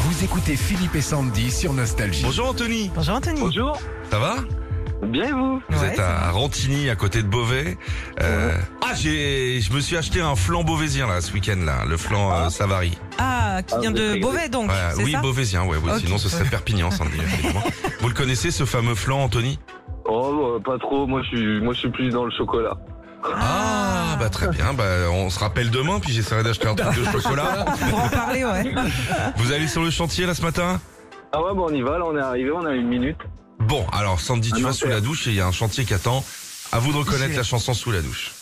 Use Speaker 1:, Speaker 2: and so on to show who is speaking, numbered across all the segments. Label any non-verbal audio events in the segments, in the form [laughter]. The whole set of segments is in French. Speaker 1: Vous écoutez Philippe et Sandy sur Nostalgie.
Speaker 2: Bonjour Anthony,
Speaker 3: Bonjour Anthony.
Speaker 4: Bonjour,
Speaker 2: ça va
Speaker 4: bien et vous
Speaker 2: Vous
Speaker 3: Ouais,
Speaker 2: êtes
Speaker 3: ça
Speaker 2: à Rantigny à côté de Beauvais. Euh, Ah j'ai, je me suis acheté un flan beauvaisien là ce week-end là, le flan euh, Savary.
Speaker 3: Ah, qui
Speaker 4: Ah,
Speaker 3: vient
Speaker 4: vous êtes
Speaker 3: de
Speaker 4: régalé.
Speaker 3: Beauvais donc,
Speaker 2: Ouais,
Speaker 3: c'est
Speaker 2: oui
Speaker 3: ça
Speaker 2: beauvaisien, ouais, oui,
Speaker 3: Ok.
Speaker 2: sinon ce serait Perpignan
Speaker 3: [laughs]
Speaker 2: Sandy. effectivement. Vous le connaissez ce fameux flan Anthony
Speaker 4: Oh, euh, pas trop, moi je suis, moi, je suis plus dans le chocolat.
Speaker 2: Ah bah très bien, bah on se rappelle demain puis j'essaierai d'acheter un
Speaker 3: [laughs]
Speaker 2: truc de chocolat.
Speaker 3: Pour
Speaker 2: [laughs]
Speaker 3: en parler, ouais.
Speaker 2: Ah, Vous allez sur le chantier là ce matin
Speaker 4: Ah ouais, bon, on y va, là on est arrivé, on a une minute.
Speaker 2: Bon, alors Sandy,
Speaker 3: Ah
Speaker 2: tu
Speaker 4: Un
Speaker 2: vas sous
Speaker 4: enfer.
Speaker 2: la douche et il y a un chantier qui attend. À vous de reconnaître la chanson sous la douche.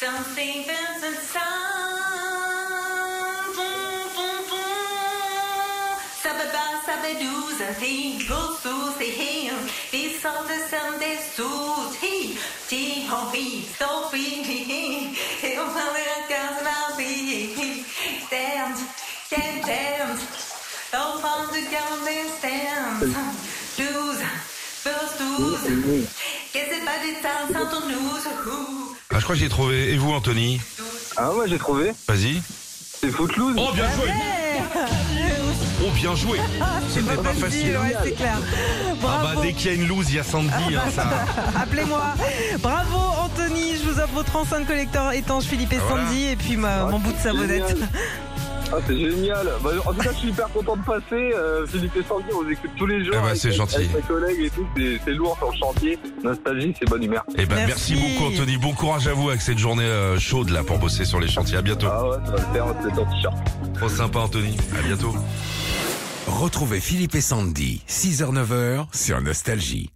Speaker 5: Something bends and sound. Boum, boum, boum. Sababa, sabadou, zazi, gosou, c'est him. um, This song the sound is sous, he. Ti, ho, he, so free, he, he. Et on va vers la case, la vie, he. Dance, can dance. Don't find the garden stands. Douze, first douze. Qu'est-ce que c'est pas des temps, sans ton douze, ouh.
Speaker 2: Ah, je crois que j'ai trouvé. Et vous, Anthony
Speaker 4: Ah ouais, j'ai trouvé,
Speaker 2: Vas-y.
Speaker 4: c'est Footloose.
Speaker 2: Oh, bien joué Oh, bien joué C'était pas facile. hein.
Speaker 3: Ouais, c'est clair.
Speaker 2: Ah
Speaker 3: Bravo.
Speaker 2: bah, dès qu'il y a une loose, il y a Sandy. Hein, ça.
Speaker 3: Appelez-moi. Bravo Anthony, je vous offre votre enceinte collector étanche Philippe et
Speaker 2: Voilà.
Speaker 3: Sandy et puis ma-
Speaker 4: Ah,
Speaker 3: mon bout de
Speaker 4: c'est
Speaker 3: savonnette.
Speaker 4: génial. Ah, c'est génial. Bah, en tout cas, je suis hyper content de passer. Euh, Philippe et Sandy, on vous écoute tous les jours.
Speaker 2: Eh ben,
Speaker 4: avec-
Speaker 2: c'est gentil.
Speaker 4: Avec mes collègues et tout, c'est c'est lourd sur le chantier. Nostalgie, c'est bonne humeur.
Speaker 2: Eh ben, merci.
Speaker 3: Merci.
Speaker 2: beaucoup, Anthony. Bon courage à vous avec cette journée euh, chaude là pour bosser sur les chantiers. À bientôt.
Speaker 4: Ah ouais, ça va le faire, c'est dans t-shirt.
Speaker 2: Trop sympa, Anthony. À bientôt.
Speaker 1: Retrouvez Philippe et Sandy, 6h-9h sur Nostalgie.